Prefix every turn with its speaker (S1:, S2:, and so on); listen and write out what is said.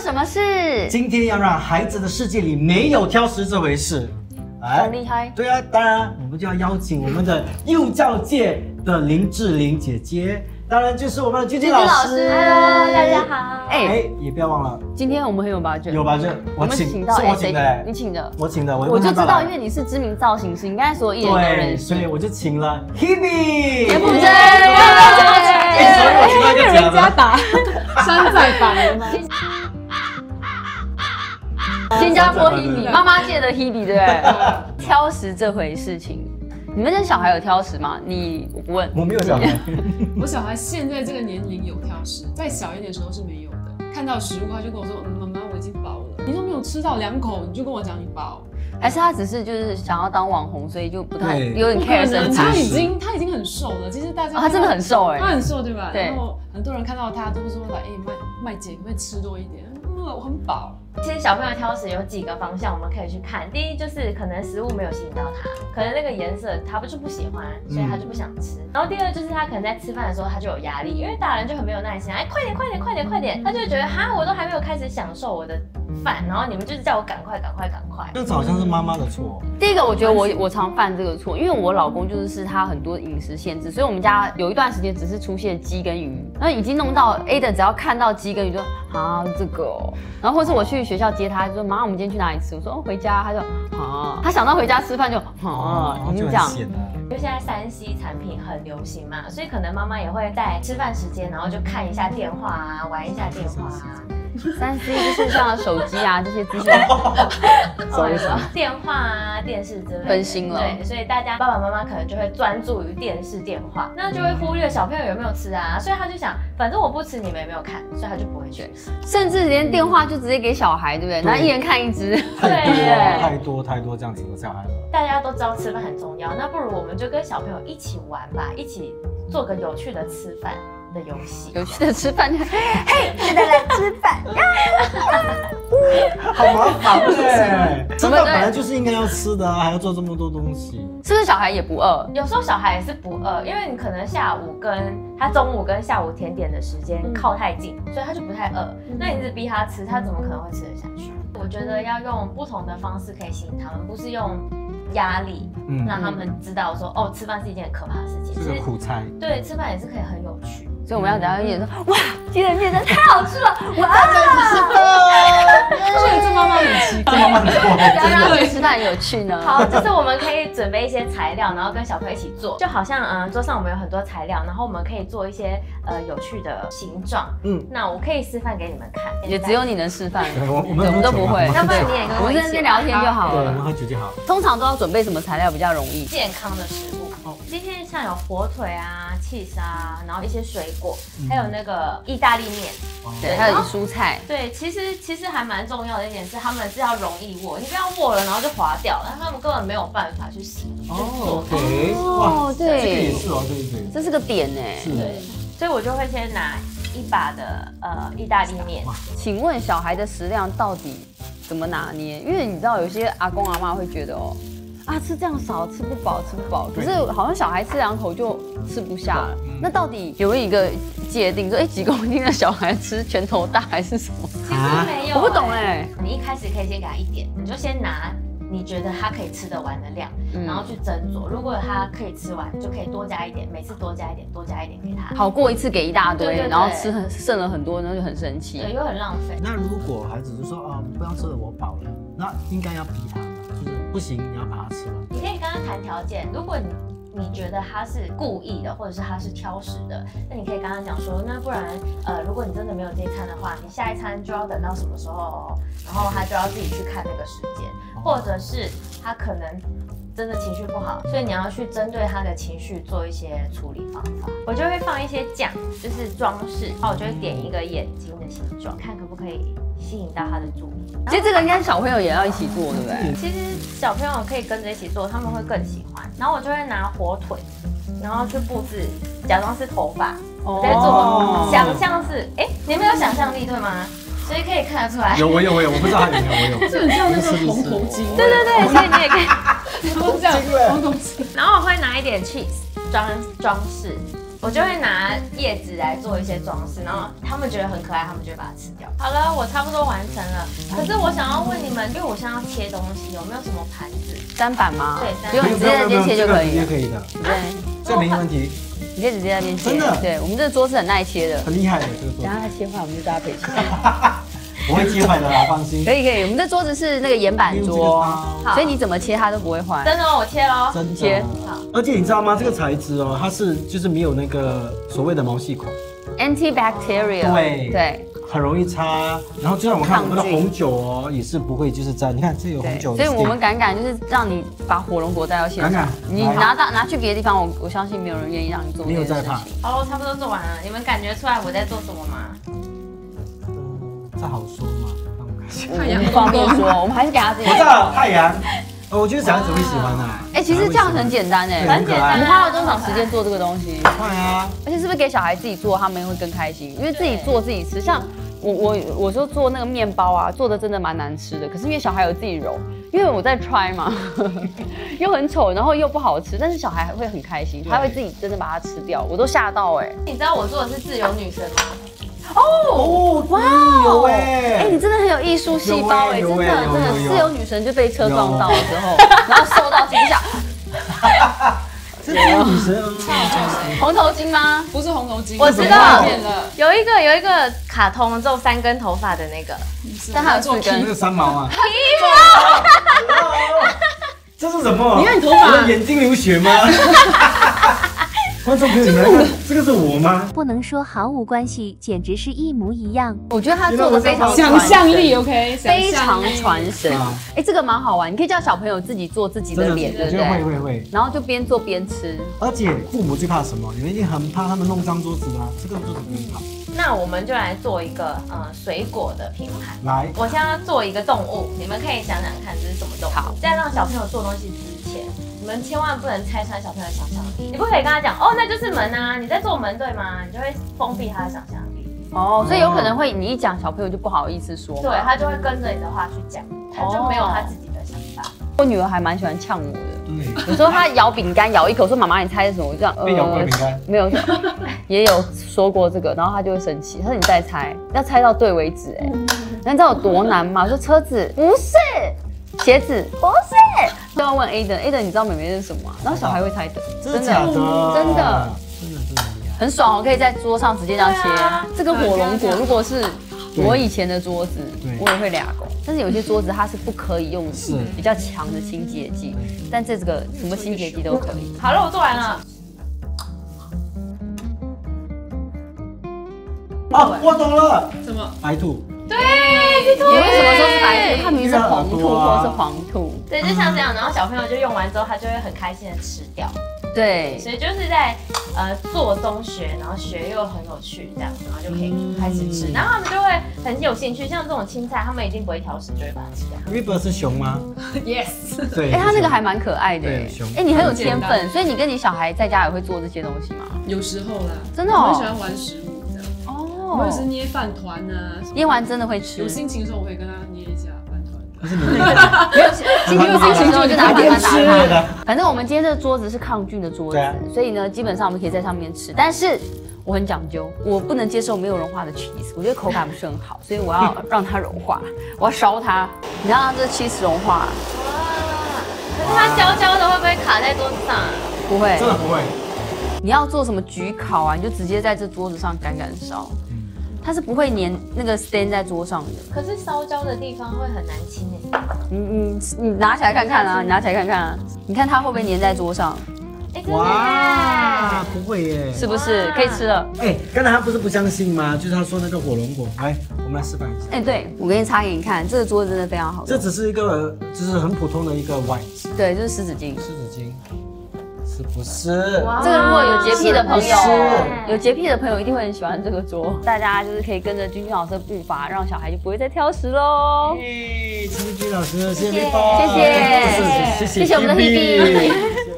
S1: 什么事？
S2: 今天要让孩子的世界里没有挑食这回事。
S1: 好厉害！
S2: 对啊，当然我们就要邀请我们的幼教界的林志玲姐姐，当然就是我们的君君老师。
S1: ，Hello，大家好。哎、
S2: 哎，也不要忘了，
S3: 今天我们很有八卷，
S2: 有吧？这
S3: 我
S2: 我
S3: 们
S2: 请，
S3: 请到
S2: 是我
S3: SAP
S2: 请的哎
S3: 你，请的，
S2: 我请的，我
S3: 我
S2: 问
S3: 就
S2: 他
S3: 知
S2: 爸爸
S3: 道，因为你是知名造型师，应该所有艺人都
S2: 对，
S3: 认识
S2: 所。以我就请了 Hebe。
S3: 田馥甄，
S2: 哎，所以我请到一个人家
S4: 打山寨版的
S3: 新加坡 Hebe，妈妈界的 Hebe 对不对？挑食这回事情，你们家小孩有挑食吗？你我不问，
S2: 我没有小孩，
S4: 我小孩现在这个年龄有挑食，再小一点的时候是没有的。看到食物他就跟我说：“嗯妈妈，我已经饱了。”你都没有吃到两口，你就跟我讲你饱，
S3: 还是他只是就是想要当网红，所以就不太
S2: 对
S3: 有点
S4: 不
S1: 啊
S3: care
S4: 可
S3: 身
S4: 能，
S3: 材
S4: 他已经他已经很瘦了。其实大家、
S3: 哦他真的很瘦哎
S4: 他很瘦对吧？
S3: 对
S4: 然后很多人看到他都说来：“哎、麦麦姐，可不可以吃多一点？嗯我很饱。”
S5: 其实小朋友挑食有几个方向我们可以去看。第一就是可能食物没有吸引到他，可能那个颜色他不是不喜欢，所以他就不想吃。然后第二就是他可能在吃饭的时候他就有压力，因为大人就很没有耐心，哎，快点快点快点快点，他就会觉得哈，我都还没有开始享受我的饭，然后你们就是叫我赶快赶快赶快。
S2: 这好像是妈妈的错。
S3: 第一个，我觉得我我常犯这个错，因为我老公就是是他很多饮食限制，所以我们家有一段时间只是出现鸡跟鱼，那已经弄到 A 的只要看到鸡跟鱼就啊这个哦，然后或是我去学校接他，就说妈我们今天去哪里吃？我说哦回家，他就啊，他想到回家吃饭就啊，已经这
S2: 就很
S3: 样。
S2: 闲啊。
S5: 因为现在三 C 产品很流行嘛，所以可能妈妈也会在吃饭时间，然后就看一下电话啊，玩一下电话啊。
S3: 三 C 就是像手机啊这些资讯，
S5: 哦电话啊、电视之类的
S3: 分心了
S5: 对，所以大家爸爸妈妈可能就会专注于电视、电话，那就会忽略小朋友有没有吃啊。
S3: 嗯
S5: 所以他就想，反正我不吃，你们也没有看，所以他就不会去。
S3: 甚至连电话就直接给小孩，对不对？
S2: 对
S3: 然后一人看一只。
S2: 太多了，
S5: 对
S2: 太多太多这样子的小孩了。
S5: 大家都知道吃饭很重要，那不如我们就跟小朋友一起玩吧，一起做个有趣的吃饭的游戏。
S3: 有趣的吃饭，
S2: 好麻烦哎、欸！真
S3: 我
S2: 的
S3: 们
S2: 本来就是应该要吃的啊，还要做这么多东西。
S3: 是不是小孩也不饿？
S5: 有时候小孩也是不饿，因为你可能下午跟他中午跟下午甜点的时间
S4: 嗯
S5: 靠太近，所以他就不太饿。那你一直逼他吃，他怎么可能会吃得下去？嗯我觉得要用不同的方式可以吸引他们，不是用压力
S2: 嗯，
S5: 让他们知道说哦，吃饭是一件很可怕的事情。
S2: 这
S5: 其
S2: 个
S5: 实
S2: 苦差。
S5: 对，吃饭也是可以很有趣。
S3: 所以我们要等到一点说，哇，鸡人面真的太好吃了，我要
S4: 所以这妈妈很奇怪，
S2: 慢慢做，
S3: 不要让他觉得吃饭很有趣呢？
S5: 好，就是我们可以准备一些材料，然后跟小朋友一起做，就好像嗯、呃桌上我们有很多材料，然后我们可以做一些呃有趣的形状。
S2: 嗯
S5: 嗯，那我可以示范给你们看，
S3: 也只有你能示范，
S2: 我我们
S3: 对我们都不会
S2: 我们
S5: 要不然你也跟
S3: 我
S5: 我
S3: 们
S5: 一
S3: 在
S5: 起
S3: 那边聊天就好
S2: 对，我们
S3: 了。
S2: 喝酒就好。
S3: 通常都要准备什么材料比较容易？
S5: 健康的食物。
S3: 哦
S5: 今天像有火腿啊、气沙、啊，然后一些水果，还有那个意大利面。
S3: 嗯
S5: 啊
S3: 对，还有蔬菜。
S5: 对，其实其实还蛮重要的一点是，他们是要容易握，你不要握了然后就滑掉，然后他们根本没有办法去洗。
S2: 哦，OK，哇，这个也是哦，对对对，
S3: 这是个点欸呢。
S2: 是
S5: 所以我就会先拿一把的呃意大利面，
S3: 请问小孩的食量到底怎么拿捏？因为你知道有些阿公阿妈会觉得哦，啊吃这样少吃不饱吃不饱，可
S2: 对嗯
S3: 是好像小孩吃两口就吃不下了。那到底有没有一个界定说，哎几公斤的小孩吃拳头大还是什么？
S5: 其实没 有、欸
S3: 我不懂哎。
S5: 你一开始可以先给他一点，你就先拿你觉得他可以吃得完的量，
S3: 嗯
S5: 然后去斟酌。如果他可以吃完，就可以多加一点，每次多加一点，多加一点给他。
S3: 好过一次给一大堆，
S5: 对对对
S3: 然后吃很剩了很多，然后就很生气。
S5: 对，又很浪费。
S2: 那如果孩子就说啊，不要吃了，我饱了，那应该要逼他吗，就是不行，你要把它吃完。
S5: 你可以跟他谈条件，如果你你觉得他是故意的，或者是他是挑食的，那你可以跟他讲说，那不然呃，如果你真的没有这一餐的话，你下一餐就要等到什么时候哦，然后他就要自己去看那个时间，或者是他可能。真的情绪不好，所以你要去针对他的情绪做一些处理方法。我就会放一些酱，就是装饰，然后我就会点一个眼睛的形状，看可不可以吸引到他的注意。
S3: 其实这个应该小朋友也要一起做，对不对？
S2: 嗯
S5: 其实小朋友可以跟着一起做，他们会更喜欢。然后我就会拿火腿，然后去布置，假装是头发，我在
S2: 哦
S5: 做，想象是，哎、你们有想象力对吗？所以可以看得出来。
S2: 有我有我有，我不知道他有没有，我有。
S4: 就很像那个红头巾，
S5: 对对对，所以你也可以。
S4: 然后这样
S2: 巾嘞
S4: 红头巾，
S5: 然后我会拿一点 cheese 装装饰，我就会拿叶子来做一些装饰，然后他们觉得很可爱，他们就会把它吃掉。好了，我差不多完成了。可是我想要问你们，因为我现在要切东西，有没有什么盘子？
S3: 单板吗？
S5: 对单板
S3: 不用你直接在那边切就可以
S2: 也
S3: 了。
S2: 可以的，
S3: 对，
S2: 这没问题，
S3: 你可以直接在那边切。
S2: 真的
S3: 对我们这个桌子很耐切的。
S2: 很厉害的这个
S3: 等
S2: 做
S3: 一下
S2: 法，
S3: 它切坏，我们就搭配切。
S2: 我会切坏的啦，放心
S3: 可。以可以，我们这桌子是那个岩板
S2: 用这个
S3: 桌，
S2: 刀
S5: 好
S3: 所以你怎么切它都不会坏。
S5: 真的哦，我切喽。
S2: 真
S3: 切
S2: 的。
S5: 好
S2: 而且你知道吗？这个材质哦，它是就是没有那个所谓的毛细孔，
S3: Antibacterial。
S2: 对
S3: 对
S2: 很容易擦。然后就像我看
S3: 抗
S2: 我
S3: 菌
S2: 们的红酒哦，也是不会就是沾。你看这有红
S3: 对，
S2: 酒，
S3: 所以我们敢敢就是让你把火龙果带到现
S2: 敢
S3: 场
S2: 敢，
S3: 你
S2: 来
S3: 拿到拿去别的地方，我我相信没有人愿意让你做
S2: 没
S3: 这
S2: 有
S3: 件
S2: 在
S3: 事情
S2: 怕。。
S5: 好了，哦我差不多做完了。你们感觉出来我在做什么吗？
S2: 嗯这好说吗？让我看一下。
S3: 我们不方便说，我们还是给他自己
S2: 我。知道太阳， 呃我觉得小孩子会喜欢啊的。
S3: 哎，其实这样很简单哎，
S2: 对很可爱
S3: 我们花了多少时间做这个东西？
S2: 快啊！
S3: 而且是不是给小孩自己做，他们会更开心？因为自己做自己吃，像我我我说做那个面包啊，做的真的蛮难吃的。可是因为小孩有自己揉，因为我在 try 嘛， 又很丑，然后又不好吃，但是小孩会很开心，他会自己真的把它吃掉，我都吓到哎、
S5: 你知道我做的是自由女神吗？
S2: 哦，哇有哎，
S3: 哎、你真的很有艺术细胞哎、
S2: 有
S3: 真
S2: 欸
S3: 的
S2: 有欸
S3: 真的
S2: 有有有
S3: 自由女神就被车撞到了之后，然后受到惊吓，
S2: 这是女神啊！
S3: 红头巾吗？
S4: 不是红头巾，
S5: 我知道
S4: 变了，
S5: 有一个有一个卡通，只有三根头发的那个。
S3: 但还有四
S2: 那
S3: 根，
S2: 个三毛啊！ 这是什么？
S3: 你看你头发
S2: 我的眼睛流血 吗？观众朋友，你们来看，这个是我吗？
S6: 不能说毫无关系，简直是一模一样。
S3: 我觉得他做的非常
S4: 想象
S3: 传神
S4: 力 OK，
S3: 非常传神
S2: 啊。
S3: 哎、这个蛮好玩，你可以叫小朋友自己做自己的脸，对
S2: 我
S3: 不
S2: 觉得会
S3: 对？
S2: 会会。
S3: 然后就边做边吃，
S2: 而且父母最怕什么？你们一定很怕他们弄脏桌子啊！这个桌子不用怕。
S5: 那我们就来做一个呃水果的品牌。
S2: 来，
S5: 我现在要做一个动物，你们可以想想看这是什么动
S3: 好
S5: 物。在让小朋友做东西之前，你们千万不能拆穿小朋友的想象力。你不可以跟他讲哦，那就是门啊，你在做门对吗？你就会封闭他的想象力，
S3: 哦，所以有可能会你一讲，小朋友就不好意思说。
S5: 对，他就会跟着你的话去讲，他就没有他自己的想法。
S3: 我女儿还蛮喜欢呛我的，
S2: 对，
S3: 有时候她咬饼干咬一口，说妈妈你猜是什么？我就这样，呃
S2: 被咬过的饼干，
S3: 没有，也有说过这个，然后她就会生气，她说你再猜，要猜到对为止、哎，那你知道有多难吗？我说车子不是，鞋子不是，都要问 A 的 A 的，你知道妹妹是什么吗、然后小孩会猜的，
S2: 真的假
S3: 嗯
S2: 的？
S3: 真的，
S2: 真的真的很厉害。
S3: 很爽哦，可以在桌上直接这样切。
S5: 对啊
S3: 这个火龙果如果是
S2: 对
S3: 我以前的桌子
S2: 对，
S3: 我也会俩狗，但是有些桌子它是不可以用
S2: 是
S3: 比较强的清洁剂，但这个什么清洁剂都可以。
S5: 好了，我做完了。
S2: 哦，我懂了，
S4: 什么？
S2: 白兔。
S3: 你为什么说是白兔？它明明是红
S2: 因为它耳
S3: 兔
S2: 朵啊
S3: 或是黄兔。
S5: 对，就像这样，然后小朋友就用完之后，他就会很开心的吃掉。
S3: 对，
S5: 所以就是在呃做中学，然后学又很有趣，这样，然后就可以开始吃，然后他们就会很有兴趣。像这种青菜，他们一定不会挑食，就会把它吃掉。
S2: River 是熊吗？
S4: yes，
S2: 对。
S3: 哎，它那个还蛮可爱的
S2: 对
S3: 哎
S2: 熊。
S3: 哎，你很有天
S4: 很简
S3: 分，所以你跟你小孩在家也会做这些东西吗？
S4: 有时候啦，
S3: 真的哦
S4: 我很喜欢玩食物这样，我会是
S3: 哦，
S4: 捏饭团啊，
S3: 捏完真的会吃
S4: 有。心情的时候我会跟他捏一下饭团。
S3: 没有，今天有心情就拿把它打
S2: 对
S3: 开。
S2: 的。
S3: 反正我们今天这个桌子是抗菌的桌子，
S2: 对啊
S3: 所以呢，基本上我们可以在上面吃。但是我很讲究，我不能接受没有融化的 cheese，我觉得口感不是很好，所以我要让它融化，我要烧它，你让它这 cheese 融化，
S5: 可是它焦焦的，会不会卡在桌子上、啊？
S3: 不会
S2: 真。的不会。
S3: 你要做什么焗烤啊，你就直接在这桌子上赶赶烧，它是不会粘那个 stand 在桌上的。
S5: 可是烧焦的地方会很难清欸诶。
S3: 你你你拿起来看看啊，你拿起来看看啊，你看它会不会粘在桌上，
S5: 哎、真的
S2: 哇
S5: 耶！，
S2: 不会耶。
S3: 是不是
S5: 哇
S3: 可以吃了？
S2: 哎，刚才他不是不相信吗？就是他说那个火龙果，来，我们来示范一下。
S3: 哎、对我给你擦给你看，这个桌子真的非常好
S2: 这
S3: 用。
S2: 只是一个，就是很普通的一个 white
S3: 对，就是湿纸巾。
S2: 湿纸巾，是不是？
S5: 哇
S3: 这个如果有洁癖的朋友
S2: 啊是，哦
S3: 有洁癖的朋友一定会很喜欢这个桌。哎大家就是可以跟着君君老师的步伐，让小孩就不会再挑食喽。
S2: 哎耶，谢谢鞠老师，谢谢
S5: 谢谢
S2: Lisa
S3: 谢谢
S2: 不是谢谢
S3: 谢谢我们的
S2: Hebe 谢